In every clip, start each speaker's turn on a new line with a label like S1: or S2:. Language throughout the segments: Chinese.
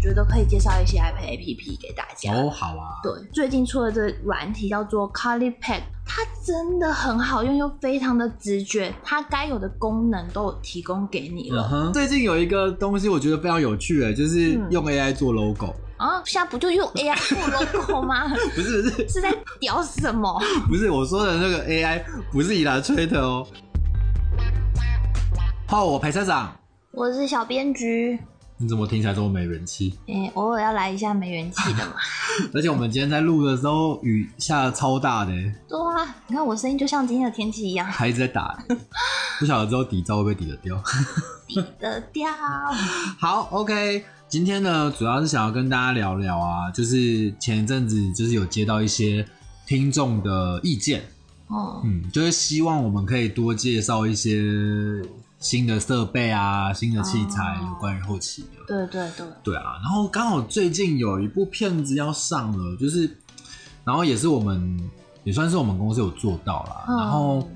S1: 觉得可以介绍一些 iPad APP 给大家。
S2: 哦，好啊，
S1: 对，最近出了这软体叫做 Calipad，它真的很好用，又非常的直觉，它该有的功能都有提供给你
S2: 嗯
S1: 了。
S2: 哼。最近有一个东西我觉得非常有趣，哎，就是用 AI 做 logo，
S1: 啊，现在不就用 AI 做 logo 吗？
S2: 不是不是
S1: 是在屌什么？
S2: 不是我说的那个 AI，不是伊拉吹的哦。好，我裴社长，
S1: 我是小编局，
S2: 你怎么听起来这么没人气？
S1: 哎、偶尔要来一下没元气的嘛。
S2: 而且我们今天在录的时候雨下超大的，哎
S1: 对啊，你看我声音就像今天的天气一样，
S2: 还一直在打，不晓得之后底噪会不会抵得掉。
S1: 低得掉。
S2: 好，OK，今天呢，主要是想要跟大家聊聊啊，就是前一阵子就是有接到一些听众的意见，
S1: 哦，
S2: 嗯，就是希望我们可以多介绍一些新的设备啊、新的器材
S1: 哦
S2: 有关于后期的。
S1: 对对对，
S2: 对啊，然后刚好最近有一部片子要上了，就是，然后也是我们也算是我们公司有做到啦。
S1: 嗯
S2: 然后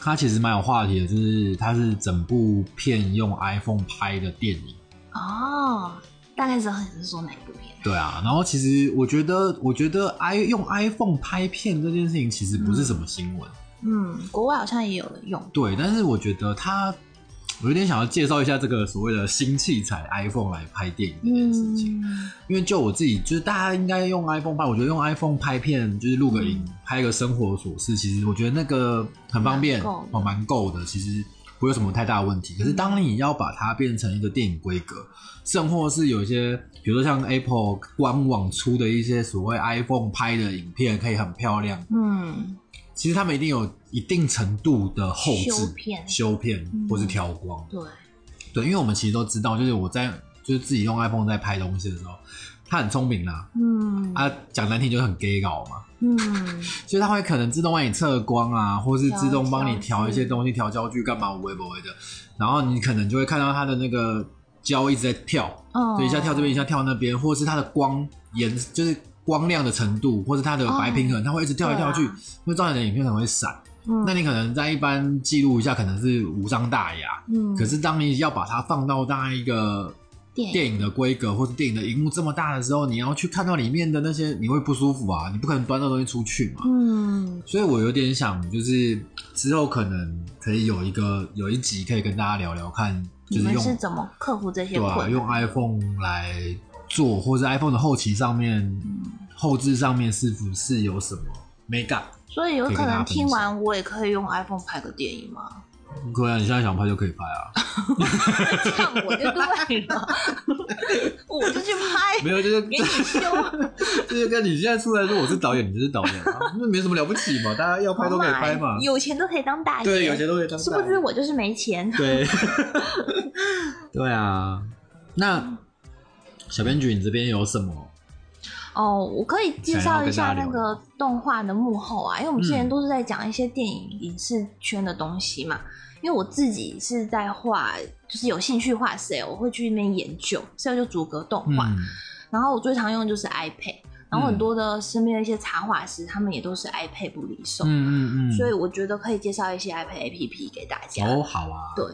S2: 它其实蛮有话题的，就是它是整部片用 iPhone 拍的电影。
S1: 哦，大概知道你是说哪一部片。
S2: 对啊，然后其实我觉得，我觉得 i 用 iPhone 拍片这件事情其实不是什么新闻，
S1: 嗯，国外好像也有人用。
S2: 对，但是我觉得它，我有点想要介绍一下这个所谓的新器材 iPhone 来拍电影这件事情，
S1: 嗯，
S2: 因为就我自己，就是大家应该用 iPhone 拍，我觉得用 iPhone 拍片就是录个影，
S1: 嗯
S2: 拍个生活琐事，其实我觉得那个很方
S1: 蛮
S2: 便，
S1: 够的
S2: 哦，蛮够的，其实不会有什么太大的问题。可是当
S1: 嗯
S2: 你要把它变成一个电影规格，甚或是有一些，比如说像 Apple 官网出的一些所谓 iPhone 拍的影片，可以很漂亮，
S1: 嗯，
S2: 其实他们一定有一定程度的后置
S1: 修片
S2: 修片
S1: 嗯
S2: 或是调光。
S1: 对，
S2: 对，因为我们其实都知道，就是我在就是自己用 iPhone 在拍东西的时候，它很聪明啦、
S1: 嗯
S2: 啊，讲难听就是很 gay 搞嘛，
S1: 嗯，
S2: 所以它会可能自动帮你测光啊，或是自动帮你调
S1: 调
S2: 一些东西，调焦距干嘛，微不微的，然后你可能就会看到它的那个焦一直在跳，
S1: 哦
S2: 就一下跳这边，一下跳那边，或是它的光颜，就是光亮的程度，或是它的白平衡，它会一直跳来跳去
S1: 哦对啊，
S2: 会造成你的影片可能会闪。
S1: 嗯
S2: 那你可能在一般记录一下，可能是无伤大雅，
S1: 嗯，
S2: 可是当你要把它放到大概一个
S1: 电影
S2: 电影的规格或是电影的荧幕这么大的时候，你要去看到里面的那些，你会不舒服啊！你不可能端到东西出去嘛。
S1: 嗯，
S2: 所以我有点想，就是之后可能可以有一个有一集可以跟大家聊聊看，就
S1: 你
S2: 是
S1: 们
S2: 用
S1: 是怎么克服这些
S2: 对
S1: 困
S2: 啊，
S1: 难？
S2: 用 iPhone 来做，或是 iPhone 的后期上面、
S1: 嗯
S2: 后置上面是不是有什么 mega？
S1: 所以有
S2: 可以
S1: 可
S2: 跟大家
S1: 能
S2: 分
S1: 听完我也可以用 iPhone 拍个电影吗？
S2: 可以啊，你现在想拍就可以拍啊。
S1: 这样 我就对了，我就去拍，
S2: 没有，就是
S1: 给你修。
S2: 就是跟你现在出来说我是导演，你就是导 演啊，那没什么了不起嘛，大家要 拍都可以拍嘛。
S1: 有钱都可以当大爷。
S2: 对，有些都可以当导演。
S1: 殊不知我就是没钱。
S2: 对，对啊。那小编局，你这边有什么？
S1: 哦，我可以介绍一下那个动画的幕后啊，因为我们之
S2: 嗯
S1: 前都是在讲一些电影影视圈的东西嘛。因为我自己是在画，就是有兴趣画谁，我会去那边研究，所以我就逐格动画。
S2: 嗯
S1: 然后我最常用的就是 iPad，然后很多的身边的一些插画师，他们也都是 iPad 不离手，
S2: 嗯嗯嗯。
S1: 所以我觉得可以介绍一些 iPad APP 给大家。
S2: 哦，好啊。
S1: 对，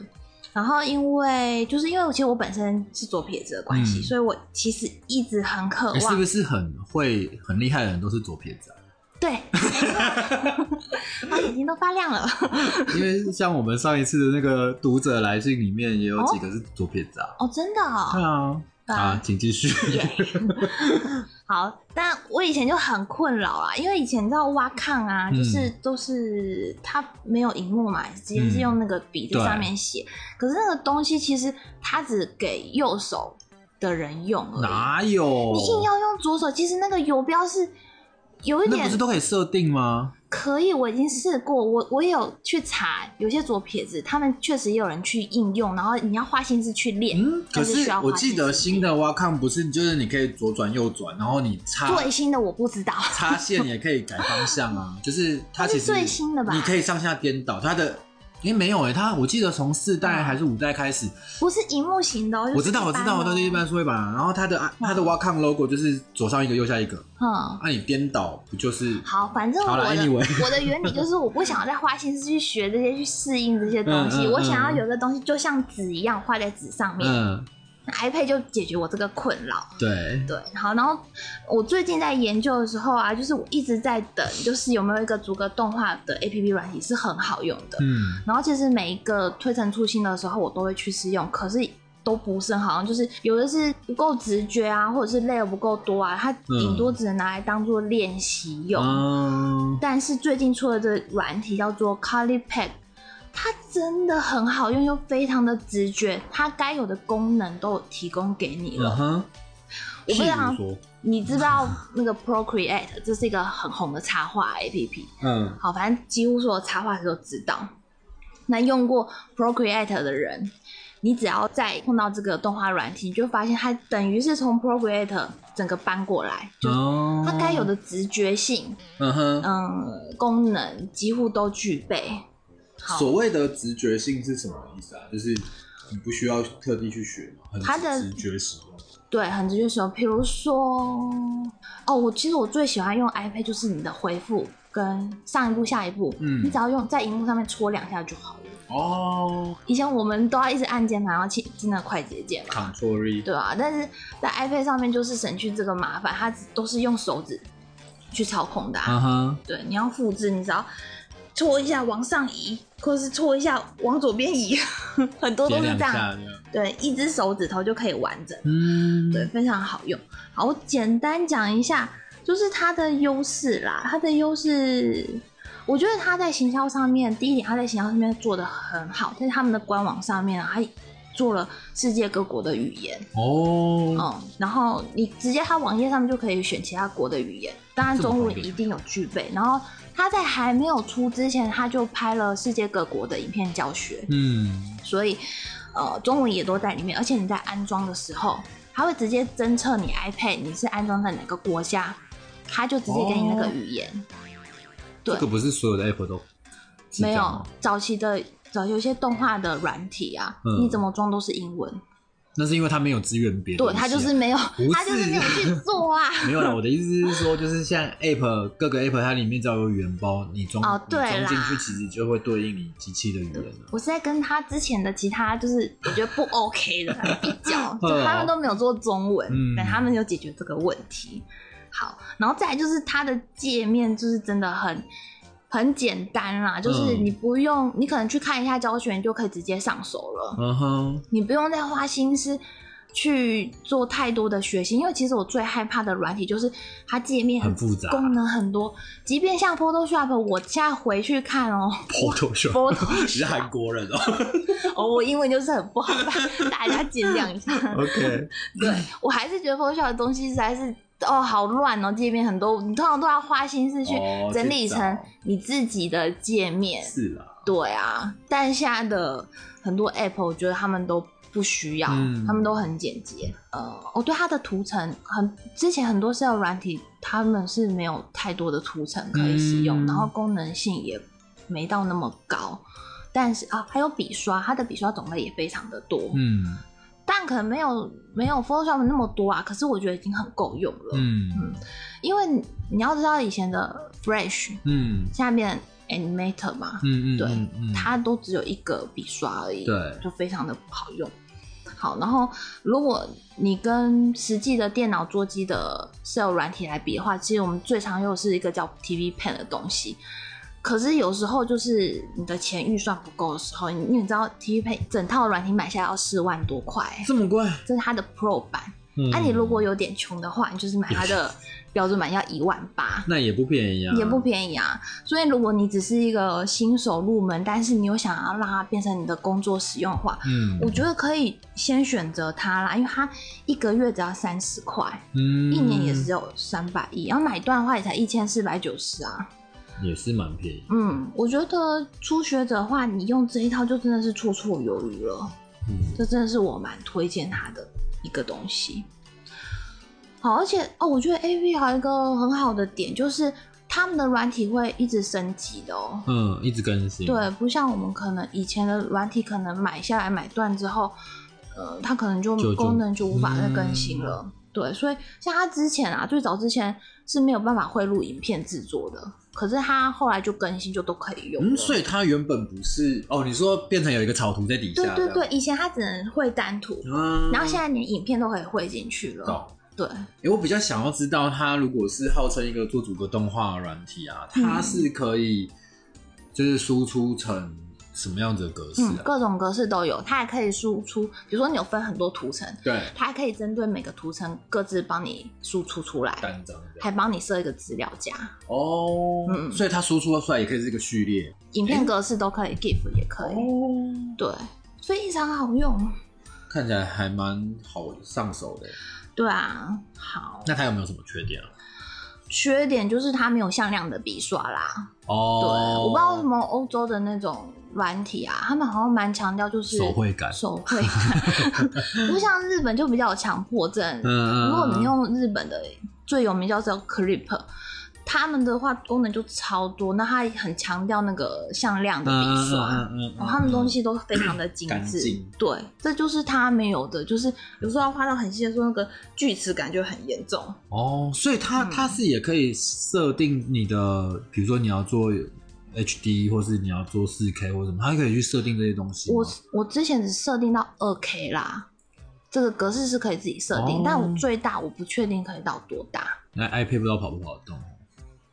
S1: 然后因为就是因为其实我本身是左撇子的关系，
S2: 嗯
S1: 所以我其实一直很渴
S2: 诶哎是
S1: 望，
S2: 不是很会、很厉害的人都是左撇子啊？
S1: 对，把眼睛都发亮了。
S2: 因为像我们上一次的那个读者来信里面，也有几个是左撇子啊。
S1: 哦，真的哦，
S2: 对
S1: 对
S2: 啊。啊，请继 续。
S1: 好，但我以前就很困扰啦，因为以前你知道挖抗啊，
S2: 嗯
S1: 就是都是它没有荧幕嘛，直接是用那个笔在上面写。可是那个东西其实它只给右手的人用而已，
S2: 哪有？
S1: 你硬要用左手，其实那个游标是有一
S2: 那不
S1: 点
S2: 是都可以设定吗？
S1: 可以，我已经试过，我我有去查，有些左撇子他们确实也有人去应用，然后你要花心思去练。
S2: 嗯，可
S1: 但是
S2: 是
S1: 需要花
S2: 我记得新的挖抗不是，就是你可以左转右转，然后你插
S1: 最新的我不知道，
S2: 插线也可以改方向啊， 就是它其实
S1: 它是最新的吧
S2: 你可以上下颠倒它的。诶，没有诶，它我记得从四代
S1: 嗯
S2: 还是五代开始，
S1: 不是荧幕型的、哦，就是
S2: 我知道我知道，
S1: 一般
S2: 那
S1: 哦
S2: 就一般说一版。然后它的啊它的挖抗 logo 就是左上一个右下一个，
S1: 嗯，
S2: 那你颠倒不就是？
S1: 好，反正
S2: 好
S1: 我
S2: 啦
S1: 的
S2: anyway
S1: 我的原理就是我不想要再花心思去学这些去适应这些东西，
S2: 嗯嗯嗯
S1: 我想要有一个东西就像纸一样画在纸上面，
S2: 嗯，
S1: iPad 就解决我这个困扰。
S2: 对，
S1: 对，好，然后我最近在研究的时候啊，就是我一直在等，就是有没有一个逐格动画的 APP 软体是很好用的。
S2: 嗯，
S1: 然后其实每一个推陈出新的时候，我都会去试用，可是都不是很好用，就是有的是不够直觉啊，或者是 layer 不够多啊，它顶多只能拿来当做练习用。
S2: 嗯，
S1: 但是最近出了这个软体叫做 ColorPad，它真的很好用，又非常的直觉，它该有的功能都有提供给你了。
S2: 嗯哼，
S1: 我不知
S2: 譬
S1: 道
S2: 如说，
S1: 你知不知道那个 Procreate，这是一个很红的插画 APP。
S2: 嗯，
S1: 好，反正几乎所有插画师都知道。那用过 Procreate 的人，你只要再碰到这个动画软体，你就发现它等于是从 Procreate 整个搬过来，就是
S2: 哦，
S1: 它该有，的直觉性，
S2: 嗯哼，
S1: 嗯，功能几乎都具备。好，
S2: 所谓的直觉性是什么意思啊？就是你不需要特地去学嘛，很
S1: 它的
S2: 直觉使用。
S1: 对，很直觉使用。比如说，哦，我其实我最喜欢用 iPad 就是你的回复跟上一步、下一步，
S2: 嗯
S1: 你只要用在荧幕上面戳两下就好了。
S2: 哦
S1: 以前我们都要一直按键盘，然后进进那个快捷键嘛。
S2: ，Control R，
S1: 对啊，但是在 iPad 上面就是省去这个麻烦，它只都是用手指去操控的、啊。
S2: 嗯哼，
S1: 对，你要复制，你只要戳一下往上移，或者是戳一下往左边移， 很多都
S2: 点
S1: 是
S2: 两
S1: 这样。
S2: 下这样，
S1: 对，一只手指头就可以完整，
S2: 嗯，
S1: 对，，非常好用。好，我简单讲一下，就是它的优势啦，它的优势。我觉得它在行销上面，第一点，它在行销上面做的很好，在他们的官网上面啊，它做了世界各国的语言，
S2: 哦，
S1: 嗯，然后你直接它网页上面就可以选其他国的语言，当然
S2: 这么
S1: 中
S2: 方
S1: 文
S2: 便
S1: 一定有具备。然后它在还没有出之前，它就拍了世界各国的影片教学，
S2: 嗯，
S1: 所以呃中文也都在里面。而且你在安装的时候，它会直接侦测你 iPad 你是安装在哪个国家，它就直接给你那个语言。
S2: 嗯
S1: 对
S2: 这个不是所有的 App 都是这
S1: 没
S2: 样
S1: 有
S2: 吗，
S1: 早期的早有些动画的软体啊，
S2: 嗯
S1: 你怎么装都是英文，
S2: 那是因为它没有支援别的
S1: 对，
S2: 东西啊，
S1: 它就是没有，
S2: 不
S1: 它就是
S2: 是
S1: 没有去做啊。
S2: 没有啦，我的意思是说，就是像 App 各个 App 它里面只要有语言包，你装
S1: 哦对啦
S2: 你装进去其实就会对应你机器的语言了。
S1: 我是在跟他之前的其他，就是我觉得不 OK 的比 较，就
S2: 嗯
S1: 他们都没有做中文，
S2: 嗯
S1: 但他们有解决这个问题。好，然后再来就是它的界面就是真的很很简单啦，就是
S2: 嗯
S1: 你不用，你可能去看一下教学，你就可以直接上手了，
S2: 嗯哼，
S1: 你不用再花心思。去做太多的学习，因为其实我最害怕的软体就是它界面
S2: 很复杂
S1: 功能很多。即便像 Photoshop，我现在回去看哦
S2: Photoshop，你 是
S1: ，Photoshop
S2: 韩国人哦。
S1: 哦，我英文就是很不好，大家见谅一下。
S2: OK，
S1: 对我还是觉得 Photoshop 的东西实在是哦好乱哦，界面很多，你通常都要花心思去
S2: 哦
S1: 整理
S2: 去
S1: 成
S2: 找
S1: 你自己的界面。
S2: 是啦，
S1: 对啊，但现在的很多 App，我觉得他们都。不需要，
S2: 嗯
S1: 他们都很简洁。呃，我对它的图层很，之前很多 SEO 软体，他们是没有太多的图层可以使用，
S2: 嗯
S1: 然后功能性也没到那么高。但是啊，还有笔刷，它的笔刷种类也非常的多。
S2: 嗯
S1: 但可能没有没有 Photoshop 那么多啊，可是我觉得已经很够用了。
S2: 嗯
S1: 因为你你要知道以前的 Flash
S2: 嗯
S1: 下面 Animator 嘛，
S2: 嗯嗯，
S1: 对
S2: 嗯嗯
S1: 它都只有一个笔刷而已，
S2: 对
S1: 就非常的不好用。好，然后如果你跟实际的电脑桌机的 Cell 软体来比的话，其实我们最常用的是一个叫 TV Pen 的东西。可是有时候就是你的钱预算不够的时候，你你知道 TV Pen 整套软体买下来要四万多块、
S2: 这么贵，
S1: 这是它的 Pro 版。
S2: 那
S1: 啊，你如果有点穷的话，你就是买它的标准版要一万八，
S2: 那也不便宜啊，
S1: 也不便宜啊。所以如果你只是一个新手入门，但是你又想要让它变成你的工作使用的话，
S2: 嗯，
S1: 我觉得可以先选择它啦，因为它一个月只要三十块，
S2: 嗯
S1: 一年也只有三百一，然后买断的话也才一千四百九十啊。
S2: 也是蛮便宜，
S1: 嗯，我觉得初学者的话，你用这一套就真的是绰绰有余了。
S2: 嗯
S1: 这真的是我蛮推荐它的一个东西。好，而且哦，我觉得 A V 还有一个很好的点就是他们的软体会一直升级的哦。
S2: 嗯，一直更新，
S1: 对，不像我们可能以前的软体，可能买下来买断之后，呃，它可能就
S2: 就就嗯
S1: 功能就无法再更新了。对，所以像他之前啊，最早之前是没有办法汇入影片制作的，可是他后来就更新，就都可以用了。
S2: 嗯，所以它原本不是哦，你说变成有一个草图在底
S1: 对
S2: 下，
S1: 对对，，以前他只能汇单图，
S2: 嗯，
S1: 然后现在连影片都可以汇进去了。
S2: 懂。
S1: 对，
S2: 诶我比较想要知道，它如果是号称一个做主格动画软体啊，它
S1: 嗯
S2: 是可以就是输出成什么样子的格式
S1: 嗯，
S2: 啊？
S1: 各种格式都有，它还可以输出，比如说你有分很多图层，
S2: 对，
S1: 它还可以针对每个图层各自帮你输出出来，
S2: 单张这样
S1: 还帮你设一个资料夹，
S2: 哦，
S1: 嗯
S2: 所以它输出出来也可以是一个序列
S1: 影片格式都可以，GIF 也可以。
S2: 哦，
S1: 对，所以异常好用。
S2: 看起来还蛮好上手的。
S1: 对啊，好。
S2: 那它有没有什么缺点啊？
S1: 缺点就是它没有向量的笔刷啦。对，
S2: 哦，
S1: 我不知道为什么欧洲的那种软体啊，他们好像蛮强调就是
S2: 手绘感
S1: 手绘感。 不像日本就比较有强迫症。
S2: 嗯，嗯，
S1: 如果你
S2: 嗯
S1: 用日本的最有名叫做 Clip，他们的话功能就超多，那它很强调那个向量的笔刷。
S2: 嗯嗯嗯嗯
S1: 哦，他们东
S2: 嗯
S1: 西都非常的精
S2: 干
S1: 致
S2: 净，
S1: 对，这就是它没有的，就是有时候画到很细的时候，那个锯齿感就很严重。
S2: 哦，所以它
S1: 嗯
S2: 它是也可以设定你的，比如说你要做 HD，或是你要做 4K 或什么，它可以去设定这些东西吗。
S1: 我我之前只设定到二 K 啦，这个格式是可以自己设定，
S2: 哦
S1: 但我最大我不确定可以到多大。
S2: 那 iPad 不知道跑不跑得动。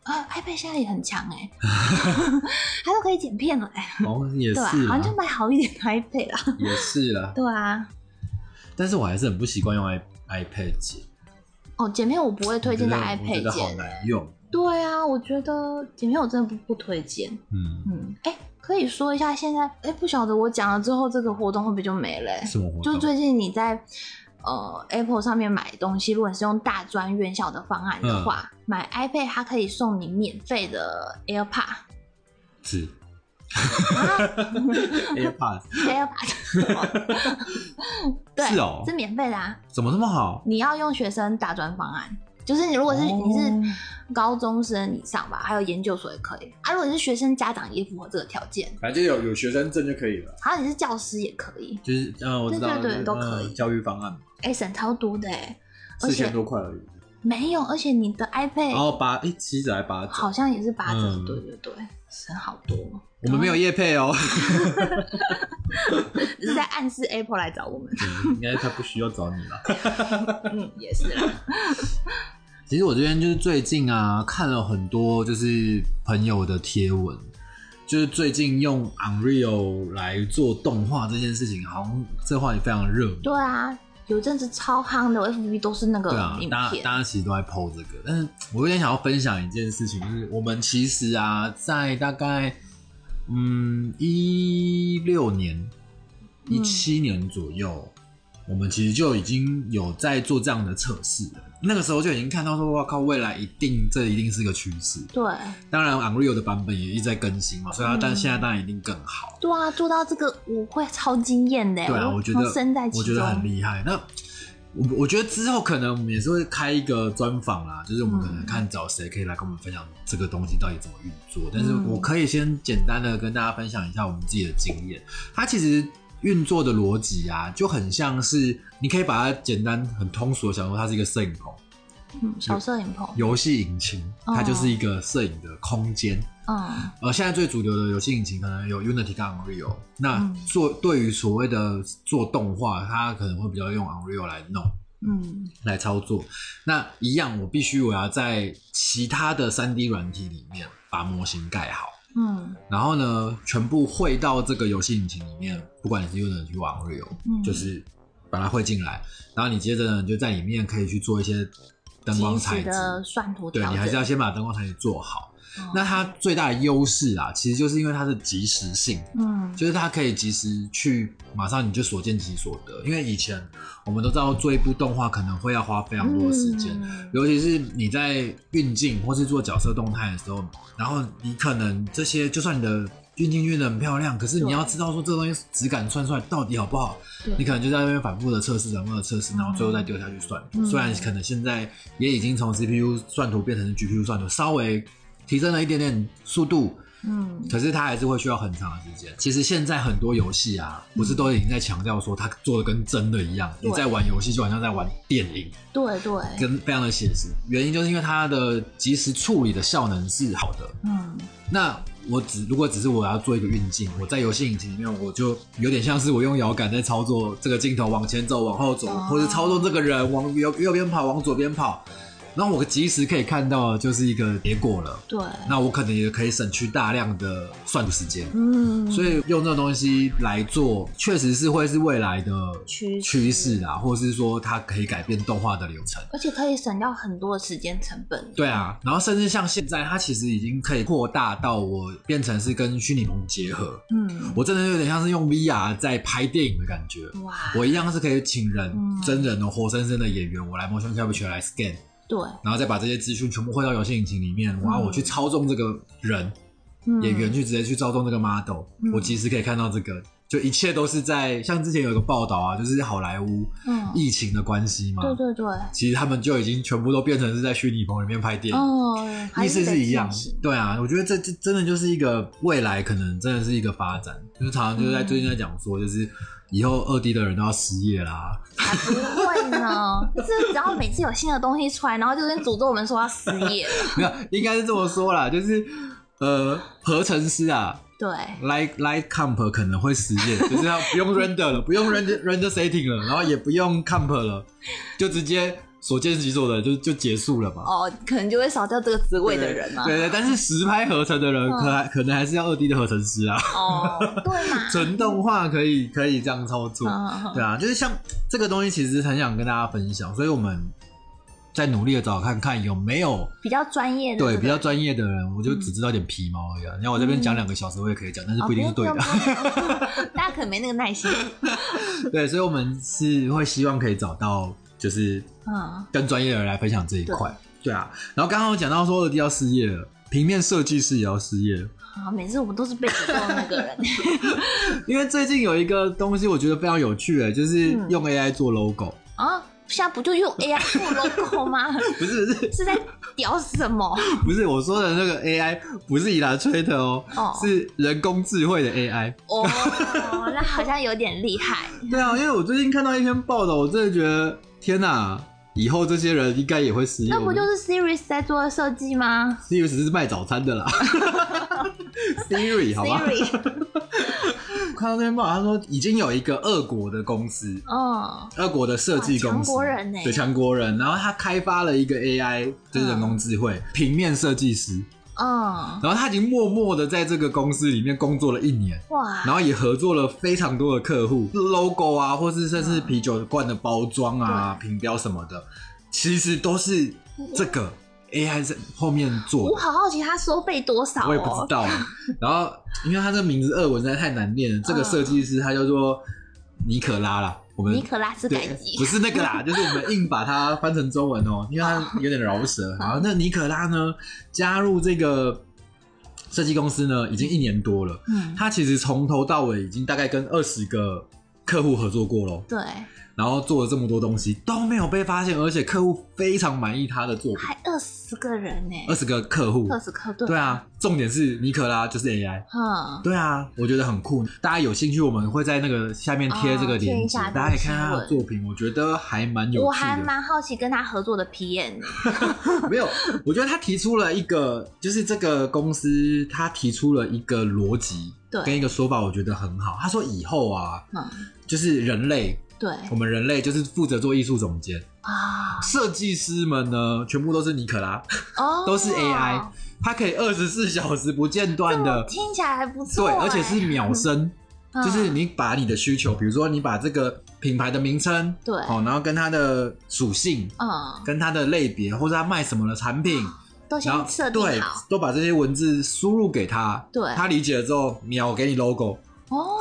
S1: 啊，iPad 现在也很强哎、 欸， 它都可以剪片了哎、
S2: 哦，也
S1: 对吧、
S2: 是
S1: 好像就
S2: 啦，
S1: 买好一点的 iPad 啦。
S2: 也是啦。
S1: 对啊，
S2: 但是我还是很不习惯用 i iPad 剪，
S1: 哦，剪片我不会推荐在
S2: 我觉得我觉
S1: iPad
S2: 得好
S1: 剪。
S2: 难用。
S1: 对啊，我觉得剪片我真的不不推荐。
S2: 嗯，
S1: 嗯，哎、可以说一下现在，哎、不晓得我讲了之后，这个活动会不会就没了、欸？
S2: 什么活
S1: 就是
S2: 动？
S1: 最近你在呃 Apple 上面买东西，如果你是用大专院校的方案
S2: 嗯
S1: 的话，买 iPad 它可以送你免费的 AirPod
S2: 是
S1: 啊
S2: AirPods，哦
S1: ，AirPod，对，
S2: 是哦
S1: 是免费的啊。
S2: 怎么这么好？
S1: 你要用学生大专方案，就是你如果是、你
S2: 哦
S1: 是高中生以上吧，还有研究所也可以啊。如果你是学生，家长也符合这个条件，
S2: 反正就有有学生证就可以了。
S1: 好像你是教师也可以，
S2: 就是嗯，我知道，
S1: 对对对
S2: 就是
S1: 都可以
S2: 嗯教育方案嘛，
S1: 哎、省超多的哎、而
S2: 四
S1: 且
S2: 千多块而已。
S1: 没有，而且你的 iPad、
S2: 然后八诶七折还八折，
S1: 好像也是八折，
S2: 嗯
S1: 对对对，省好多。
S2: 我们没有业配 哦，
S1: 只是在暗示 Apple 来找 我们，
S2: 嗯应该他不需要找你了。
S1: 嗯，也是啦，
S2: 其实我这边就是最近啊，看了很多就是朋友的贴文，就是最近用 Unreal 来做动画这件事情，好像这话题非常热门。
S1: 对啊，有阵子超夯的我 FB 都是那个
S2: 对啊
S1: 影，
S2: 大家
S1: 片，
S2: 大家其实都在 PO 这个，但是我有点想要分享一件事情，就是我们其实啊，在大概嗯一六年、
S1: 嗯
S2: 一七年左右，我们其实就已经有在做这样的测试了。那个时候就已经看到说，哇靠，未来一定这一定是个趋势。
S1: 对
S2: 当然，Unreal 的版本也一直在更新嘛，所以它
S1: 嗯
S2: 但现在当然一定更好。
S1: 对啊，做到这个我会超惊艳的，欸
S2: 对啊，我
S1: 我
S2: 觉得
S1: 超身在
S2: 我
S1: 其
S2: 觉
S1: 中，
S2: 得很厉害。那我我觉得之后可能我们也是会开一个专访啦，就是我们可能
S1: 嗯
S2: 看找谁可以来跟我们分享这个东西到底怎么运作。但是
S1: 嗯
S2: 我可以先简单的跟大家分享一下我们自己的经验。它其实运作的逻辑啊，就很像是你可以把它简单很通俗的想说，它是一个摄影棚、
S1: 嗯，小摄影棚，
S2: 游戏引擎，它
S1: 哦
S2: 就是一个摄影的空间。
S1: 嗯
S2: 呃，现在最主流的游戏引擎可能有 Unity 跟 Unreal。那
S1: 嗯
S2: 做对于所谓的做动画，它可能会比较用 Unreal 来弄
S1: 嗯
S2: 来操作。那一样，我必须我要在其他的3 D 软体里面把模型盖好，
S1: 嗯
S2: 然后呢，全部汇到这个游戏引擎里面，不管你是 Unity 或 Unreal，
S1: 嗯，
S2: 就是把它汇进来，然后你接着呢，你就在里面可以去做一些灯光
S1: 及时
S2: 材质
S1: 的算图
S2: 对
S1: 调
S2: 你还是
S1: 整，
S2: 要先把灯光材质做好。
S1: 哦
S2: 那它最大的优势啊，其实就是因为它的及时性，
S1: 嗯
S2: 就是它可以及时去马上你就所见即所得。因为以前我们都知道做一部动画可能会要花非常多的时间，
S1: 嗯
S2: 尤其是你在运镜或是做角色动态的时候，然后你可能这些就算你的运镜运的很漂亮，可是你
S1: 对
S2: 要知道说这东西质感算出来到底好不好，
S1: 对
S2: 你可能就在那边反复的测试，反复的测试，
S1: 嗯
S2: 然后最后再丢下去算图。
S1: 嗯
S2: 虽然可能现在也已经从 CPU 算图变成 GPU 算图，稍微提升了一点点速度，
S1: 嗯，
S2: 可是它还是会需要很长的时间。其实现在很多游戏啊，不是都已经在强调说它做的跟真的一样，
S1: 对
S2: 你在玩游戏就好像在玩电影，
S1: 对对，
S2: 跟非常的写实。原因就是因为它的及时处理的效能是好的。
S1: 嗯，
S2: 那我只如果只是我要做一个运镜，我在游戏引擎里面，我就有点像是我用摇杆在操作这个镜头往前走、往后走，
S1: 哦
S2: 或者操作这个人往右右边跑、往左边跑，然后我及时可以看到的就是一个结果了。
S1: 对，
S2: 那我可能也可以省去大量的算时间，
S1: 嗯，
S2: 所以用这种东西来做，确实是会是未来的
S1: 趋势
S2: 趋势
S1: 嗯
S2: 啦，或者是说它可以改变动画的流程。
S1: 而且可以省掉很多的时间成本。
S2: 对啊，然后甚至像现在，它其实已经可以扩大到我变成是跟虚拟棚结合，
S1: 嗯，
S2: 我真的有点像是用 VR 在拍电影的感觉。
S1: 哇，
S2: 我一样是可以请人、
S1: 嗯
S2: 真人的活生生的演员，我来 motion capture 来 scan，
S1: 对，
S2: 然后再把这些资讯全部汇到游戏引擎里面，然后我去操纵这个人、
S1: 嗯
S2: 演员去直接去操纵这个 model，、
S1: 嗯
S2: 我及时可以看到这个，就一切都是在像之前有一个报道啊，就是好莱坞、
S1: 嗯
S2: 疫情的关系嘛，
S1: 对对对，
S2: 其实他们就已经全部都变成是在虚拟棚里面拍电影。
S1: 哦，还
S2: 意思
S1: 得
S2: 是一样
S1: 进行，
S2: 对啊，我觉得这这真的就是一个未来，可能真的是一个发展。就是常常就是在
S1: 嗯
S2: 最近在讲说，就是以后二 D 的人都要失业啦。
S1: 才不会 呢。就是只要每次有新的东西出来，然后就跟诅咒我们说要失业了。
S2: 没有，应该是这么说啦， 就是呃，合成师啊
S1: 对，
S2: ，Light Light Comp 可能会失业，就是他不用 render 了，不用 render render setting 了，然后也不用 comp 了，就直接所见即所得就就结束了嘛。
S1: 哦，可能就会少掉这个职位的人嘛。啊
S2: 对对，但是实拍合成的人
S1: 嗯
S2: 可还可能还是要二 D 的合成师啊，
S1: 哦，对嘛，
S2: 纯动画可以可以这样操作。
S1: 嗯
S2: 对啊，就是像这个东西，其实很想跟大家分享，所以我们在努力的找看看有没有
S1: 比较专业的，
S2: 对比
S1: 不
S2: 较专业的人，我就只知道点皮毛而已、啊。你看我这边讲两个小时，我也可以讲，但是
S1: 哦
S2: 不一定是对
S1: 用
S2: 的。
S1: 不用不用 大家可能没那个耐心。
S2: 对，所以我们是会希望可以找到就是
S1: 嗯，
S2: 跟专业的人来分享这一块。对啊，然后刚刚我讲到说二 D 要失业了，平面设计师也要失业了，
S1: 啊，每次我们都是被诅咒的那个人。
S2: 因为最近有一个东西我觉得非常有趣、欸，就是
S1: 嗯
S2: 用 AI 做 logo，、
S1: 啊，现在不就用 AI 做 logo 吗？
S2: 不是不是
S1: 是在屌什么？
S2: 不是我说的那个 AI，不是以拉吹的哦，
S1: 哦
S2: 是人工智慧的 AI。
S1: 哦，那好像有点厉 害。
S2: 对啊，因为我最近看到一篇报道，我真的觉得天哪、以后这些人应该也会失业。
S1: 那不就是 Siri 在做的设计吗
S2: Siri 只是卖早 餐的啦？Siri 好吧，
S1: ？Siri，
S2: 看到这篇报道，他说已经有一个俄国的公司，
S1: 嗯，
S2: 俄国的设计公
S1: 哇
S2: 司，
S1: 强国人欸
S2: 对强国人，然后他开发了一个 AI，就是人工智慧、平面设计师，
S1: 嗯，
S2: 然后他已经默默的在这个公司里面工作了一年。
S1: 哇，
S2: 然后也合作了非常多的客户，logo
S1: 嗯
S2: 啊，或是甚至啤酒罐的包装啊、
S1: 对
S2: 瓶标什么的，其实都是这个 AI 在后面做
S1: 我
S2: 的。
S1: 好好奇他收费多少
S2: 我也不知
S1: 哦。
S2: 道，然后因为他这名字俄文实在太难念
S1: 嗯
S2: 了，这个设计师他叫做尼可拉啦，我们
S1: 尼可拉斯
S2: 对
S1: 凯奇
S2: 不，是那 个啦，就是我们硬把它翻成中文哦，因为它有点饶舌。然后那尼可拉呢，加入这个设计公司呢，已经一年多了，
S1: 嗯，
S2: 他其实从头到尾已经大概跟二十个客户合作过喽，
S1: 对，
S2: 然后做了这么多东西都没有被发现，而且客户非常满意他的作品。
S1: 还二十个人呢，
S2: 二十个客户，
S1: 二十克对
S2: 对，啊，重点是尼可拉就是 AI。
S1: 嗯，
S2: 对啊，我觉得很酷。大家有兴趣，我们会在那个下面贴这个
S1: 哦贴
S2: 链
S1: 一
S2: 接，
S1: 下这个
S2: 大家可以看他的
S1: 新
S2: 作品。我觉得还蛮有
S1: 我
S2: 趣
S1: 还
S2: 的。
S1: 蛮好奇跟他合作的 PM 呢
S2: 没有，我觉得他提出了一个，就是这个公司他提出了一个逻辑，
S1: 对
S2: 跟一个说法，我觉得很好。他说以后啊，
S1: 嗯，
S2: 就是人类
S1: 对
S2: 我们人类就是负责做艺术总监，
S1: 啊，
S2: 设计师们呢，全部都是尼可拉，
S1: 哦，
S2: 都是 AI，它可以二十四小时不间断
S1: 这么
S2: 的，
S1: 听起来还不错
S2: 对，
S1: 哎，
S2: 而且是秒声，
S1: 嗯
S2: 就是你把你的需求，比如说你把这个品牌的名称，
S1: 对
S2: 哦，然后跟它的属性，
S1: 嗯，
S2: 跟它的类别，或者它卖什么的产品，
S1: 都
S2: 然
S1: 先
S2: 后
S1: 设
S2: 对
S1: 定好，
S2: 都把这些文字输入给他，
S1: 对
S2: 他理解了之后，秒给你 logo，
S1: 哦，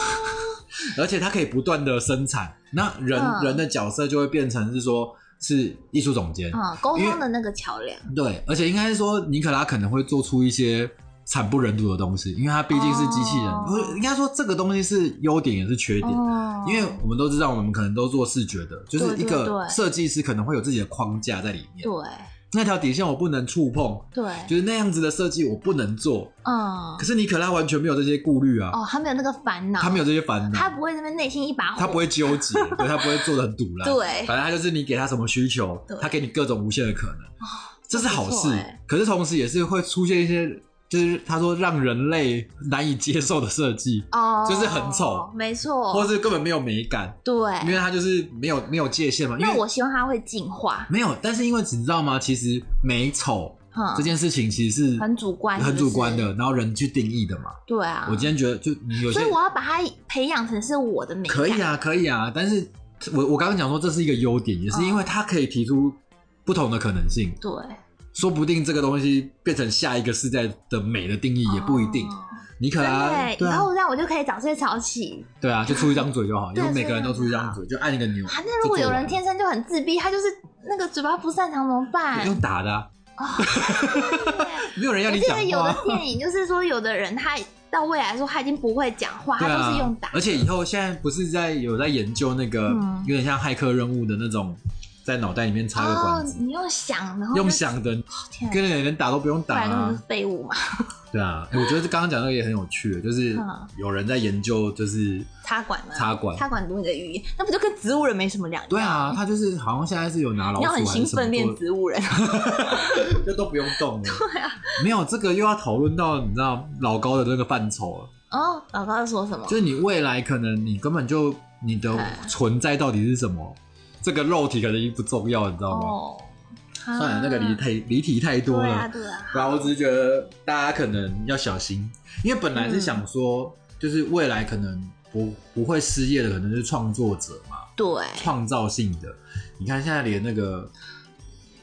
S2: 而且它可以不断的生产。那人、
S1: 嗯
S2: 人的角色就会变成是说，是艺术总监。
S1: 嗯，沟
S2: 因为
S1: 通的那个桥梁，
S2: 对，而且应该是说，尼可拉可能会做出一些惨不忍睹的东西，因为它毕竟是机器人。
S1: 哦
S2: 不是，应该说这个东西是优点也是缺点。
S1: 哦，
S2: 因为我们都知道，我们可能都做视觉的，就是一
S1: 对对
S2: 个
S1: 对
S2: 设计师可能会有自己的框架在里面。
S1: 对，
S2: 那条底线我不能触碰，
S1: 对，
S2: 就是那样子的设计我不能做。
S1: 嗯，
S2: 可是尼可拉完全没有这些顾虑啊，
S1: 哦，他没有那个烦恼，
S2: 他没有这些烦恼，
S1: 他不会那边内心一把火，
S2: 他不会纠结，对他不会做的 很堵烂。
S1: 对
S2: 反正他就是你给他什么需求
S1: 对，哦
S2: 他给你各种无限的可能，这是好
S1: 不
S2: 事
S1: 错欸。
S2: 可是同时也是会出现一些，就是他说让人类难以接受的设计，
S1: 哦，
S2: 就是很丑
S1: 没错，
S2: 或是根本没有美感，因
S1: 对。
S2: 为他就是没有没有界限嘛。因
S1: 那
S2: 为
S1: 我希望他会进化，
S2: 没有，但是因为你知道吗？其实美丑
S1: 嗯
S2: 这，件事情其实是
S1: 很主观
S2: 很主观
S1: 是
S2: 的，然后人去定义的嘛。
S1: 对啊。
S2: 我今天觉得，就你有些
S1: 所以我要把它培养成是我的美感，
S2: 可以啊，可以啊，但是我我刚刚讲说这是一个优点，也是
S1: 嗯
S2: 因为它可以提出不同的可能性，
S1: 对，
S2: 说不定这个东西变成下一个世代的美的定义也不一定。
S1: 哦
S2: 你可
S1: 真
S2: 能
S1: 的，
S2: 对
S1: 以
S2: 啊
S1: 后，让我就可以早睡早起。
S2: 对啊，就出一张嘴就好，因
S1: 对
S2: 为每个人都出一张嘴，就按一个钮。
S1: 啊，那如果有人天生就很自闭，他就是那个嘴巴不擅长怎么办？
S2: 用打的、啊，没有人要
S1: 我
S2: 你
S1: 记
S2: 讲
S1: 得有
S2: 话啊
S1: 的。电影就是说，有的人他到未来说他已经不会讲话，他
S2: 对
S1: 就是用
S2: 啊
S1: 打，
S2: 而且以后现在不是在有在研究那个、
S1: 嗯
S2: 有点像骇客任务的那种，在脑袋里面插个
S1: 哦
S2: 管子，，
S1: 你用想，然后
S2: 用
S1: 就，
S2: 想的，
S1: 天啊
S2: 跟人连打都不用
S1: 不
S2: 打、
S1: 然
S2: 啊
S1: 都是，废物嘛，
S2: 对啊，欸我觉得刚刚讲那个也很有趣，就是
S1: 嗯
S2: 有人在研究，就是
S1: 插管嘛，
S2: 插管。
S1: 插管读你的语言，那不就跟植物人没什么两样？
S2: 对啊，，他就是好像现在是有拿老
S1: 你
S2: 鼠
S1: 要
S2: 还
S1: 很
S2: 是什
S1: 兴
S2: 么
S1: 奋练
S2: 做
S1: 植物人，
S2: 就都不用动了。对啊，没有这个又要讨论到你知道老高的那个范畴了，
S1: 哦，老高在说什么？
S2: 就是你未来可能你根本就你的
S1: 哎
S2: 存在到底是什么，这个肉体可能已经不重要，你知道吗？
S1: 哦，
S2: 算了，那个离
S1: 啊
S2: 太离题太多
S1: 对啊
S2: 了。
S1: 对啊，
S2: 对啊，我只是觉得大家可能要小心，因为本来是想说，
S1: 嗯
S2: 就是未来可能不不会失业的，可能是创作者嘛，
S1: 对。啊
S2: 创造性的。你看现在连那个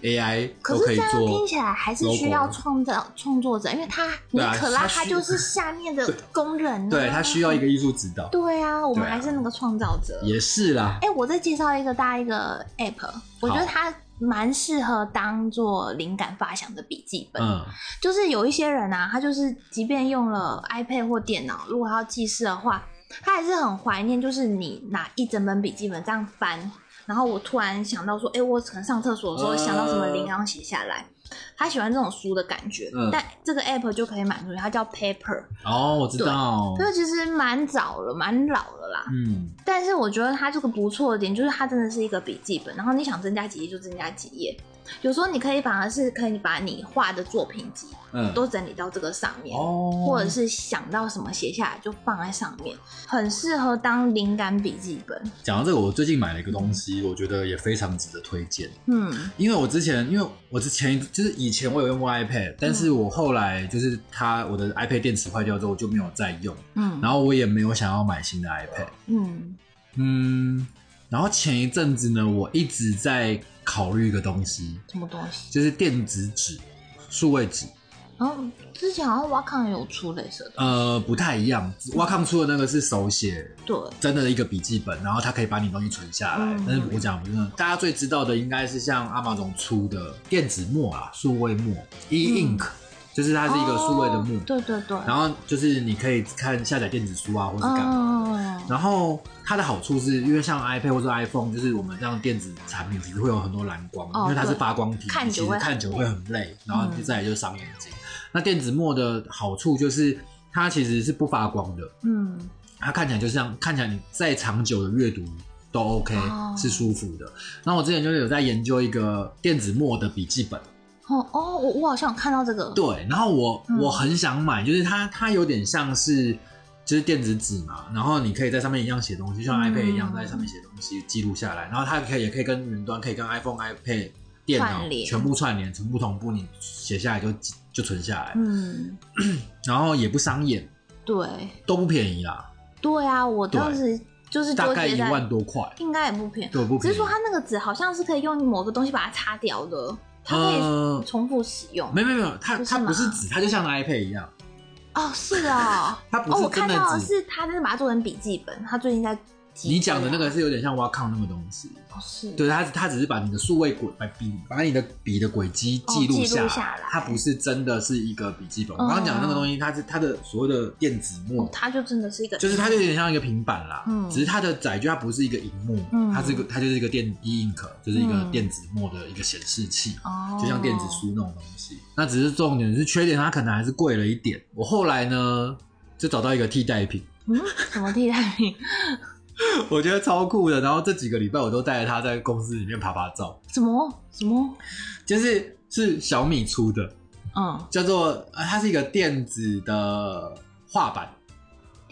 S2: AI
S1: 可
S2: 都
S1: 是这
S2: 以
S1: 样听
S2: 做
S1: 起，来还是需要创造创作者，因为他尼
S2: 对啊
S1: 可拉
S2: 他
S1: 他
S2: 需
S1: 就是下面的工人、啊，
S2: 对他需要一个艺术指导，
S1: 对啊，我们
S2: 对啊
S1: 还是那个创造者。
S2: 也是啦
S1: 哎、。我再介绍一个大家一个 app，我觉得它蛮适合当做灵感发想的笔记本。
S2: 嗯，
S1: 就是有一些人啊，他就是即便用了 iPad 或电脑，如果他要记事的话，他还是很怀念，就是你拿一整本笔记本这样翻，然后我突然想到说，哎、我可能上厕所的时候
S2: 嗯
S1: 想到什么灵，然后写下来。他喜欢这种书的感觉，
S2: 嗯
S1: 但这个 app 就可以满足你，它叫 Paper，
S2: 哦，我知道
S1: 这，个其实蛮早了，蛮老了啦。
S2: 嗯，
S1: 但是我觉得它这个不错的点就是它真的是一个笔记本，然后你想增加几页就增加几页。有时候你可以把它是可以把你画的作品集
S2: 嗯，
S1: 都整理到这个上面，
S2: 哦，
S1: 或者是想到什么写下来就放在上面，很适合当灵感笔记本。
S2: 讲到这个，我最近买了一个东西，我觉得也非常值得推荐。
S1: 嗯，
S2: 因为我之前，因为我之前就是以前我有用过
S1: 嗯
S2: iPad，但是我后来就是它我的 iPad 电池坏掉之后，我就没有再用，
S1: 嗯
S2: 然后我也没有想要买新的 iPad，
S1: 嗯，
S2: 嗯，然后前一阵子呢，我一直在考虑一个东西，
S1: 什么东西？
S2: 就是电子纸、数位纸，
S1: 然后之前好像瓦康有出类似的，
S2: 呃，不太一样。挖康出的那个是手写
S1: 对，
S2: 真的一个笔记本，然后它可以把你东西存下来。
S1: 嗯
S2: 但是我讲不是那种，大家最知道的应该是像阿玛总出的电子墨啊，数位墨 e ink，、就是它是一个数位的墨，
S1: 嗯哦对对对，
S2: 然后就是你可以看下载电子书啊，或是干嘛。
S1: 嗯，
S2: 然后它的好处是因为像 iPad 或者 iPhone，就是我们这样电子产品其实会有很多蓝光，
S1: 哦
S2: 因为它是
S1: 对
S2: 发光体，
S1: 看
S2: 其
S1: 久
S2: 实
S1: 会
S2: 看
S1: 很
S2: 久
S1: 累
S2: 会很累，然后
S1: 嗯
S2: 再来就是伤眼睛。那电子墨的好处就是它其实是不发光的，
S1: 嗯，
S2: 它看起来就像看起来你再长久的阅读都 OK，、
S1: 哦
S2: 是舒服的。那我之前就是有在研究一个电子墨的笔记本，
S1: 哦哦，我我好像有看到这个，
S2: 对，然后我、
S1: 嗯
S2: 我很想买，就是它它有点像是。就是电子纸嘛，然后你可以在上面一样写东西，像
S1: 嗯
S2: iPad 一样在上面写东西，记录下来，然后它可以也可以跟云端，可以跟 iPhone、iPad、电脑
S1: 串联
S2: 全部串联，全部同步，你写下来就就存下来，
S1: 嗯，
S2: 然后也不伤眼，
S1: 对
S2: 都不便宜啦，
S1: 对啊，我当时就是
S2: 大
S1: 纠
S2: 概
S1: 结
S2: 一
S1: 在，
S2: 万多块，
S1: 应该也不便宜，
S2: 对，不便宜。
S1: 只是说它那个纸好像是可以用某个东西把它擦掉的，它可
S2: 呃
S1: 以重复使用。
S2: 没有没有没有，它
S1: 哦不是
S2: 它
S1: 吗
S2: 不是纸，它就像 iPad 一样，
S1: 哦，是啊、
S2: 它
S1: 哦，
S2: 不
S1: 我
S2: 是真
S1: 看到的
S2: 的纸。
S1: 是他真的把它做成笔记本，他最近在机制啊
S2: 你讲的那个是有点像挖抗那个东西，
S1: 哦是，
S2: 对它它只是把你的数位轨把笔把你的笔的轨迹记录
S1: 哦记录
S2: 下
S1: 下
S2: 来
S1: 来，
S2: 它不是真的是一个笔记本。
S1: 嗯
S2: 我刚刚讲的那个东西，它是它的所谓的电子
S1: 哦
S2: 幕，
S1: 它就真的是一个，
S2: 就是它就有点像一个平板啦，
S1: 嗯
S2: 只是它的载具它不是一个荧幕，
S1: 嗯
S2: 它是一个它就是一个电 e ink，就是一个
S1: 嗯
S2: 电子墨的一个显示器。
S1: 哦，
S2: 就像电子书那种东西。那只是重点是缺点，它可能还是贵了一点。我后来呢，就找到一个替代品，
S1: 嗯，什么替代品？
S2: 我觉得超酷的。然后这几个礼拜我都带着它在公司里面拍拍照，
S1: 什么什么？
S2: 就是是小米出的，
S1: 嗯，
S2: 叫做呃它是一个电子的画板，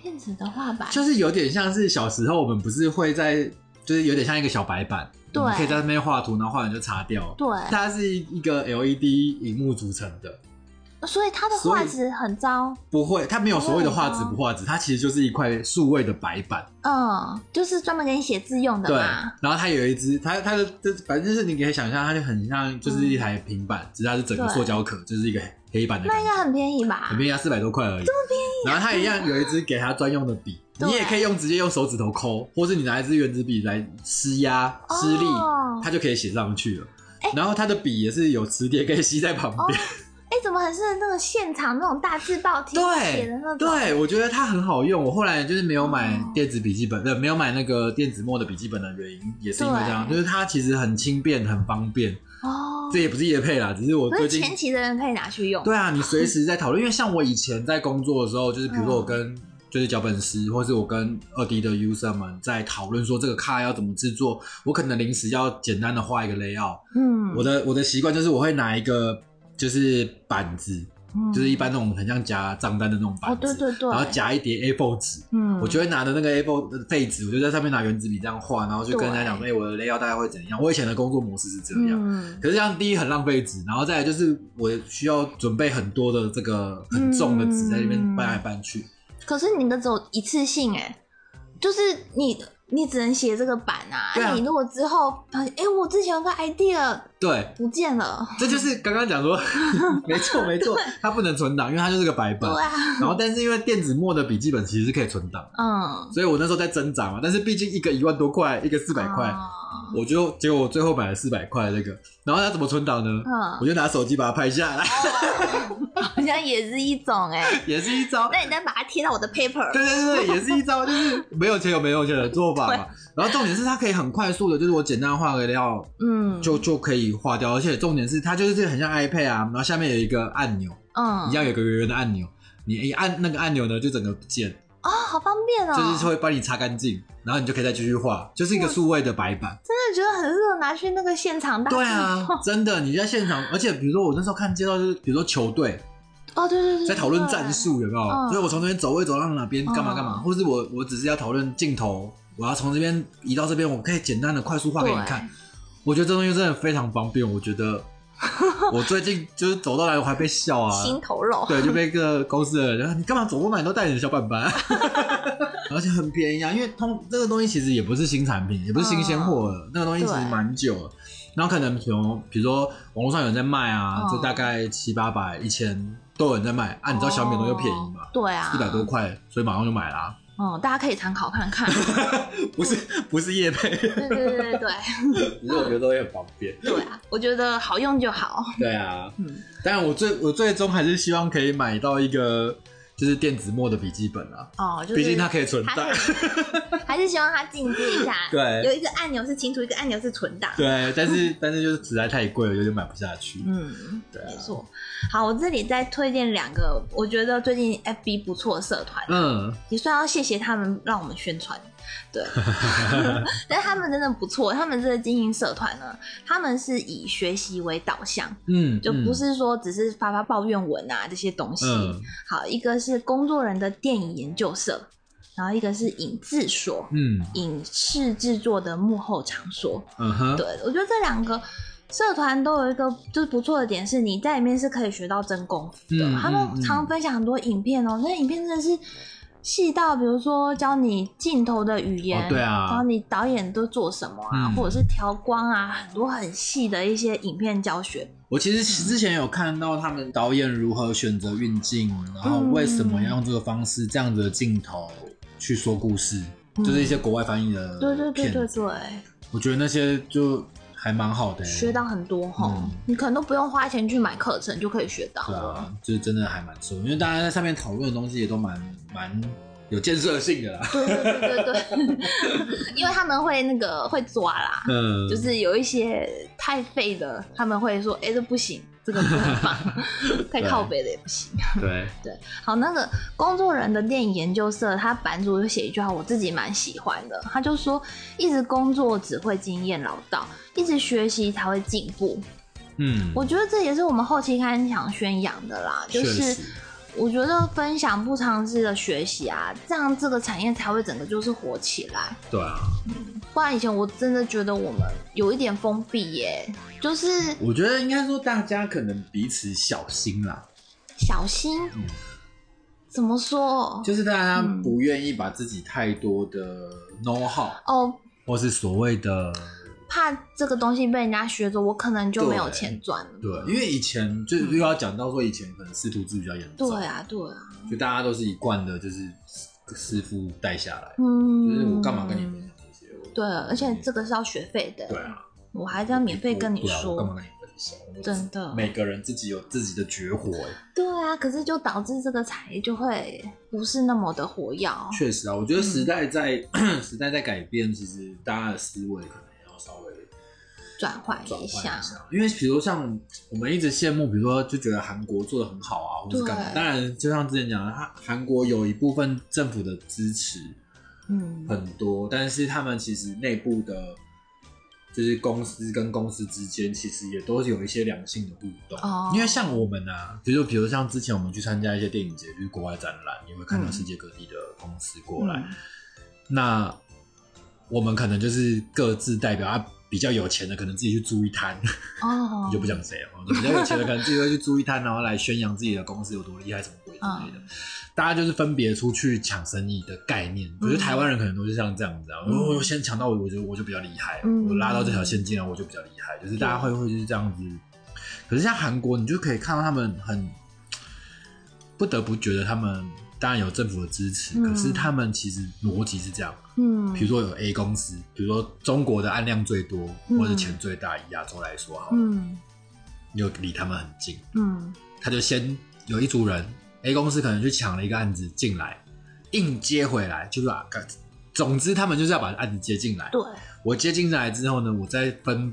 S1: 电子的画板，
S2: 就是有点像是小时候我们不是会在，就是有点像一个小白板，
S1: 对
S2: 我们可以在那边画图，然后画完就擦掉。
S1: 对，
S2: 它是一个 LED 荧幕组成的，
S1: 所以它的
S2: 所以
S1: 画质很糟，
S2: 不会，它没有所谓的画质
S1: 哦
S2: 不画质，它其实就是一块数位的白板。
S1: 嗯，就是专门给你写字用的
S2: 对
S1: 嘛，，
S2: 然后它有一只，它它的这反正就是你可以想象，它就很像就是一台平板，只是它是整个
S1: 对
S2: 塑胶壳，就是一个黑板的
S1: 那
S2: 感
S1: 应
S2: 觉
S1: 该，很便宜吧
S2: 很？便宜啊，四百多块而已。这么便宜、然后它一样有一支给它专用的笔，
S1: 对
S2: 你也可以用直接用手指头抠，或是你拿一支原子笔来施压施力，
S1: 哦
S2: 它就可以写上去了。然后它的笔也是有磁铁可以吸在旁边。
S1: 哦哎、怎么很适合那种现场那种大字报体写的那种？
S2: 对，我觉得它很好用。我后来就是没有买
S1: 哦
S2: 电子笔记本，呃，没有买那个电子墨的笔记本的原因，也是因为
S1: 对
S2: 这样，就是它其实很轻便、很方便。
S1: 哦
S2: 这，也不是业配啦，只是我
S1: 可
S2: 最
S1: 是
S2: 近
S1: 前期的人可以拿去用。
S2: 对啊，你随时在讨论。因为像我以前在工作的时候，就是
S1: 嗯
S2: 比如说我跟、就是脚本师，或是我跟二 D 的 user 们在讨论说这个卡要怎么制作，我可能临时要简单的画一个 layout。
S1: 嗯，
S2: 我的我的习惯就是我会拿一个就是板子，
S1: 嗯
S2: 就是一般那种很像夹账单的那种板
S1: 哦，
S2: 子。
S1: 对对对，
S2: 然后夹一叠 A4 纸，
S1: 嗯，
S2: 我就会拿着那个 A4 的废纸，我就在上面拿原子笔这样画，然后就跟人家
S1: 对
S2: 讲说，哎、我的 layout 大概会怎样。我以前的工作模式是这样，
S1: 嗯，
S2: 可是这样第一很浪费纸，然后再来就是我需要准备很多的这个很重的纸在那边
S1: 嗯
S2: 搬来搬去，
S1: 可是你的只有一次性哎、就是你你只能写这个版啊。
S2: 对啊
S1: 你如果之后哎、诶我之前有个 idea
S2: 对。
S1: 不见了，
S2: 这就是刚刚讲 说，没错没错，它不能存档，因为它就是个白
S1: 对
S2: 板。
S1: 啊，
S2: 然后，但是因为电子墨的笔记本其实是可以存档，
S1: 嗯，
S2: 所以我那时候在挣扎嘛。但是毕竟一个一万多块，一个四
S1: 四
S2: 百块，我就结果我最后买了四百块那个。然后它怎么存档呢？
S1: 嗯，
S2: 我就拿手机把它拍下来，
S1: 好像也是一种哎、
S2: 也是一招。
S1: 那你再把它贴到我的 paper，
S2: 对对对，也是一招，就是没有钱有没有钱的做法嘛。然后重点是它可以很快速的，就是我简单画个料
S1: 嗯，
S2: 就就可以画掉，而且重点是它就是很像 iPad 啊，然后下面有一个按钮，
S1: 嗯，
S2: 一样有个圆圆的按钮，你一按那个按钮呢，就整个不见，
S1: 哦，好方便哦，
S2: 就是会帮你擦干净，然后你就可以再继续画，就是一个数位的白板。
S1: 真的觉得很适合拿去那个现场大
S2: 对
S1: 字
S2: 啊，真的，你在现场，而且比如说我那时候看介绍，就是比如说球队，
S1: 哦，对对对，
S2: 在讨论战
S1: 对，
S2: 术有没有？
S1: 嗯
S2: 所以我从这边走位走到哪边
S1: 嗯
S2: 干嘛干嘛，或是我我只是要讨论镜头，我要从这边移到这边，我可以简单的快速画给你看。我觉得这东西真的非常方便，我觉得我最近就是走到哪里我还被笑啊，
S1: 心头肉，
S2: 对，就被一个公司的人说你干嘛走过哪里都带你的小板板， 而且很便宜啊，因为通这个东西其实也不是新产品，也不是新鲜货了，那个东西其实
S1: 嗯对
S2: 蛮久了。然后可能从比如说网络上有人在卖啊，
S1: 嗯
S2: 这大概七八百、一千都有人在卖啊。你知道小米的东西又便宜嘛，
S1: 对啊，
S2: 一百多，块，所以马上就买啦、
S1: 嗯，大家可以参考看看，
S2: 不是不是叶配， 只
S1: 对对对对对
S2: 是我觉得都会很方便。
S1: 对啊，我觉得好用就好，
S2: 对啊，
S1: 嗯，
S2: 但我最我最终还是希望可以买到一个就是电子墨的笔记本啊，
S1: 哦，就是
S2: 毕竟它可以存
S1: 它
S2: 档。
S1: 可以还是希 望它进阶一下，
S2: 对
S1: 有一个按钮是清除，一个按钮是存档，
S2: 对，但是但是就是实在太贵了，有点买不下去。
S1: 嗯，
S2: 对啊
S1: 没错。好，我这里再推荐两个，我觉得最近 FB 不错的社团，
S2: 嗯，
S1: 也算要谢谢他们让我们宣传， 对。但他们真的不错，他们这个精英社团呢，他们是以学习为导向，
S2: 嗯，
S1: 就
S2: 嗯
S1: 不是说只是发发抱怨文啊这些东西。
S2: 嗯
S1: 好，一个是工作人的电影研究社，然后一个是影制所，
S2: 嗯
S1: 影视制作的幕后场所。
S2: 嗯哼，
S1: 对，我觉得这两个社团都有一个就是不错的点，是你在里面是可以学到真功夫的。
S2: 嗯
S1: 他
S2: 嗯嗯
S1: 们常分享很多影片哦，那影片真的是细到，比如说教你镜头的语言，
S2: 哦对啊
S1: 教你导演都做什么啊，
S2: 嗯
S1: 或者是调光啊，很多很细的一些影片教学。
S2: 我其实之前有看到他们导演如何选择运镜，然后为什么要用这个方式、这样子的镜头去说故事。就是一些国外翻译的
S1: 对对对
S2: 片
S1: 对
S2: 子
S1: 对，
S2: 我觉得那些就还蛮好的、欸，
S1: 学到很多哈、
S2: 嗯
S1: 你可能都不用花钱去买课程就可以学到
S2: 对
S1: 了。
S2: 啊，就是真的还蛮受，因为大家在上面讨论的东西也都蛮蛮有建设性的啦。
S1: 对对对对对， 因为他们会那个会抓啦，
S2: 嗯，
S1: 就是有一些太废的，他们会说，哎、这不行，这个不能 放，太靠北的也不行。
S2: 对，
S1: 好，那个工作人的电影研究社，他版主就写一句话，我自己蛮喜欢的，他就说，一直工作只会经验老道，一直学习才会进步。
S2: 嗯，
S1: 我觉得这也是我们后期刊想宣扬的啦，就
S2: 确
S1: 是
S2: 实
S1: 我觉得分享不尝试的学习啊，这样这个产业才会整个就是火起来。
S2: 对啊，
S1: 不然以前我真的觉得我们有一点封闭耶、就是
S2: 我觉得应该说大家可能彼此小心啦，
S1: 小心，
S2: 嗯
S1: 怎么说？
S2: 就是大家
S1: 嗯
S2: 不愿意把自己太多的 know how，、
S1: 哦，
S2: 或是所谓的
S1: 怕这个东西被人家学着，我可能就没有
S2: 对
S1: 钱赚了。
S2: 对，因为以前就是又要讲到说以前可能师徒制比较严重，
S1: 对，啊，对啊，
S2: 就大家都是一贯的，就是师傅带下来，
S1: 嗯，
S2: 就是我干嘛跟你分享这些？我
S1: 对，而且这个是要学费的，
S2: 对啊，
S1: 我还在免费跟你
S2: 对啊我
S1: 说，
S2: 干嘛跟你分享？我
S1: 真的
S2: 每个人自己有自己的绝活、欸，
S1: 对啊，可是就导致这个产业就会不是那么的活跃。
S2: 确实啊，我觉得时代在、 时代在改变，其实大家的思维可能要稍微
S1: 转换
S2: 转换
S1: 一
S2: 一
S1: 下
S2: 下，，因为比如像我们一直羡慕，比如说就觉得韩国做的很好啊，或者是干嘛。
S1: 对
S2: 当然，就像之前讲的，它韩国有一部分政府的支持
S1: 嗯，
S2: 很多，但是他们其实内部的。就是公司跟公司之间，其实也都是有一些良性的互动。
S1: 哦
S2: 因为像我们啊，比如比如像之前我们去参加一些电影节，就是国外展览，你会看到
S1: 嗯
S2: 世界各地的公司过来，那我们可能就是各自代表啊，比较有钱的可能自己去租一摊，
S1: 哦，
S2: 就不讲谁了，比较有钱的可能自己会去租一摊，然后来宣扬自己的公司有多厉害，什么鬼之类的。
S1: 嗯
S2: 大家就是分别出去抢生意的概念，我觉得台湾人可能都是像这样子啊，
S1: 嗯
S2: 我、我先抢到我，我就我就比较厉害，
S1: 嗯
S2: 我拉到这条线进来我就比较厉害，就是大家会会就是这样子。可是像韩国，你就可以看到他们很不得不觉得他们当然有政府的支持，
S1: 嗯
S2: 可是他们其实逻辑是这样，
S1: 嗯，
S2: 比如说有 A 公司，比如说中国的案量最多
S1: 嗯
S2: 或者钱最大，以亚洲来说好了，
S1: 嗯
S2: 你就离他们很近，
S1: 嗯
S2: 他就先有一组人 A 公司可能去抢了一个案子进来，硬接回来，就是把总之他们就是要把案子接进来。
S1: 对，
S2: 我接进来之后呢，我再分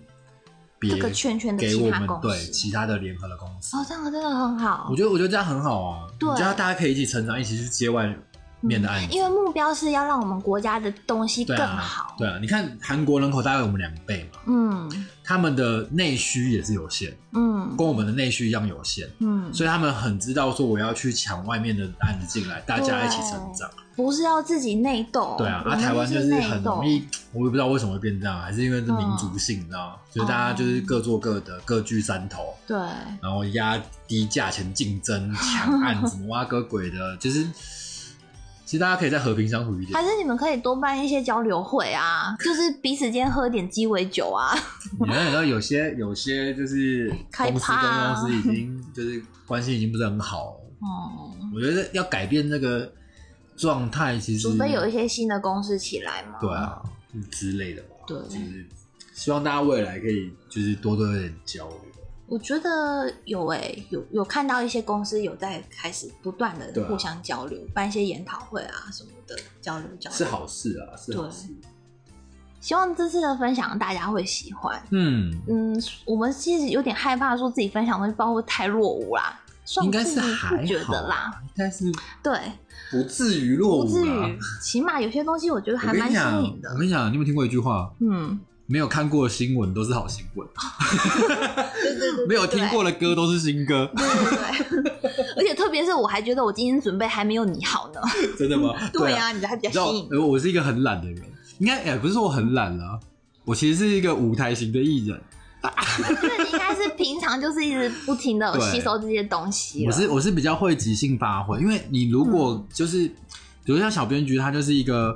S2: 别
S1: 这个圈圈的
S2: 给
S1: 其
S2: 我
S1: 他
S2: 们
S1: 公司，
S2: 对其他的联合的公司。
S1: 哦，这样真的很好
S2: 我，觉得我觉得这样很好啊，
S1: 对
S2: 你这样大家可以一起成长，一起去接外面的案子。
S1: 因为目标是要让我们国家的东西
S2: 对
S1: 更
S2: 啊
S1: 好，，
S2: 对啊，你看韩国人口大概我们两倍嘛，
S1: 嗯
S2: 他们的内需也是有限，
S1: 嗯
S2: 跟我们的内需一样有限，
S1: 嗯，
S2: 所以他们很知道说我要去抢外面的案子进来，大家一起成长。
S1: 不是要自己内斗，
S2: 对啊，
S1: 我
S2: 啊，
S1: 们
S2: 台湾就是
S1: 内
S2: 很
S1: 斗
S2: 容易，我也不知道为什么会变这样，还是因为是民族性，你知道吗？所以大家就是各做各的，各据山头，
S1: 对，
S2: 然后压低价钱竞争、抢案子、挖个鬼的， 就是其实大家可以再和平相处一点
S1: 还。是你们可以多办一些交流会 啊，就是彼此间喝点鸡尾酒啊，
S2: 你看，然后有些有些就是
S1: 开
S2: 公司
S1: 趴
S2: 跟
S1: 啊
S2: 公司已经就是关系已经不是很好了，
S1: 哦、
S2: 我觉得要改变那个状态，其实
S1: 除非有一些新的公司起来嘛。
S2: 对啊之类的吧。
S1: 对
S2: 就是希望大家未来可以就是多多有点交流。
S1: 我觉得有诶、有有看到一些公司有在开始不断
S2: 对
S1: 的
S2: 啊
S1: 互相交流，办一些研讨会啊什么的交流交流。
S2: 是好事啊，是好事。
S1: 希望这次的分享大家会喜欢。
S2: 嗯，
S1: 嗯，我们其实有点害怕说自己分享的东西包括太落伍啦，算
S2: 应该是
S1: 自己
S2: 还
S1: 不觉
S2: 好
S1: 得啦，，
S2: 应该是
S1: 对，
S2: 不至于落
S1: 不至
S2: 伍啦
S1: 于。，起码有些东西我觉得
S2: 我
S1: 还
S2: 跟
S1: 蛮
S2: 你讲，
S1: 新颖的
S2: 我。跟你讲，你有没有听过一句话？
S1: 嗯，
S2: 没有看过的新闻都是好新闻，
S1: 对对对，
S2: 没有听过的歌都是新歌。
S1: 对。对对对，而且特别是我还觉得我今天准备还没有你好呢。
S2: 真的吗？
S1: 对
S2: 啊，
S1: 啊，你的还比
S2: 你知
S1: 较
S2: 道
S1: 新颖，。
S2: 呃我是一个很懒的人，应该哎也不是说我很懒啦，我其实是一个舞台型的艺人。
S1: 我觉得你应该是平常就是一直不停的
S2: 对
S1: 吸收这些东西
S2: 我
S1: 了。嗯
S2: 是我是比较会即兴发挥，因为你如果就是，比如像小编局，他就是一个，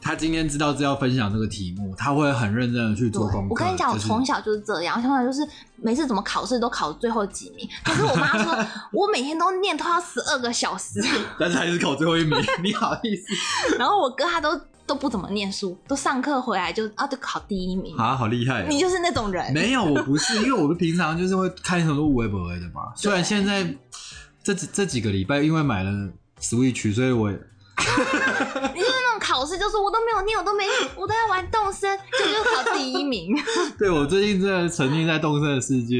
S2: 他今天知道这要分享这个题目，他会很认真的去
S1: 对
S2: 做功课。
S1: 我跟你讲，我
S2: 就是
S1: 从小就是这样，我从小就是每次怎么考试都考最后几名，可是我妈说我每天都念叨到十二个小时，
S2: 但是还是考最后一名，你好意思？
S1: 然后我哥他都都不怎么念书，都上课回来就啊就考第一名。
S2: 啊，好厉害哦！
S1: 你就是那种人，
S2: 没有，我不是，因为我们平常就是会看很多微博的嘛。虽然现在这几这几个礼拜因为买了 Switch，所以我
S1: 你就是那种考试就是我都没有念，我都没，我都在玩动森，就就考第一名。
S2: 对我最近真的沉浸在动森的世界。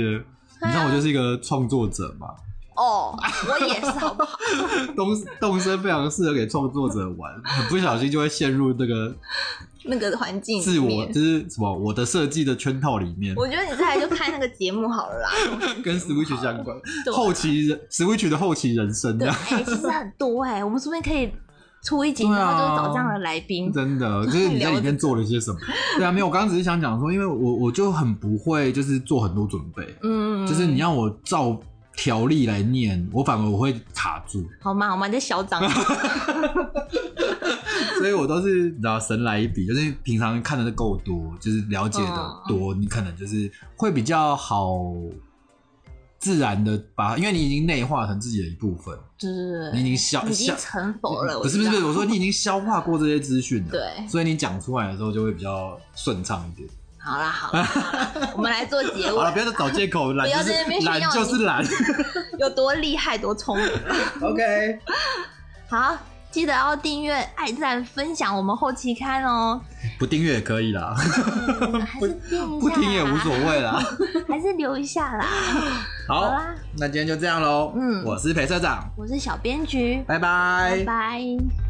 S2: 你知道我就是一个创作者嘛，
S1: 哦，我也是，好不好？
S2: 动动身非常适合给创作者玩，很不小心就会陷入那个
S1: 那个环境里
S2: 自我
S1: 面
S2: 就是什么我的设计的圈套里面，
S1: 我觉得你再来就看那个节目好了啦。
S2: 跟 Switch 相关
S1: 对，啊
S2: 后期人 Switch 的后期人生这
S1: 对，
S2: 样，
S1: 哎、其实很多哎、我们说不定可以出一集，
S2: 对啊
S1: 然后就是找这样的来宾。
S2: 真的就是你在里面做了些什么？对啊，没有，我刚刚只是想讲说，因为我我就很不会就是做很多准备，
S1: 嗯，
S2: 就是你让我照条例来念，我反而我会卡住。
S1: 好嘛，我们这小 长
S2: 所以我都是你知道神来一笔，就是平常看的够多，就是了解
S1: 嗯
S2: 的多，你可能就是会比较好自然的把，因为你已经内化成自己的一部分，
S1: 就是
S2: 你已经消
S1: 你已
S2: 消
S1: 经，成否了，
S2: 不是不是，不是我
S1: 说
S2: 说你已经消化过这些资讯了，
S1: 对
S2: 所以你讲出来的时候就会比较顺畅一点。
S1: 好啦好啦好 啦，我们来做结
S2: 好了，不
S1: 尾，
S2: 要再找借口，懒
S1: 不要
S2: 就
S1: 在那边
S2: 是懒
S1: 炫耀
S2: 就是 懒。
S1: 有多厉害多聪明。
S2: OK，
S1: 好，记得要订阅、爱赞、分享我们后期刊哦。
S2: 不订阅也可以啦，
S1: 嗯还是订一下
S2: 不听也无所
S1: 谓，
S2: 谓啦。
S1: 还是留一下啦。好
S2: 好，
S1: 啦，
S2: 那今天就这样喽。
S1: 嗯
S2: 我是裴社长，
S1: 我是小编局，
S2: 拜拜
S1: 拜拜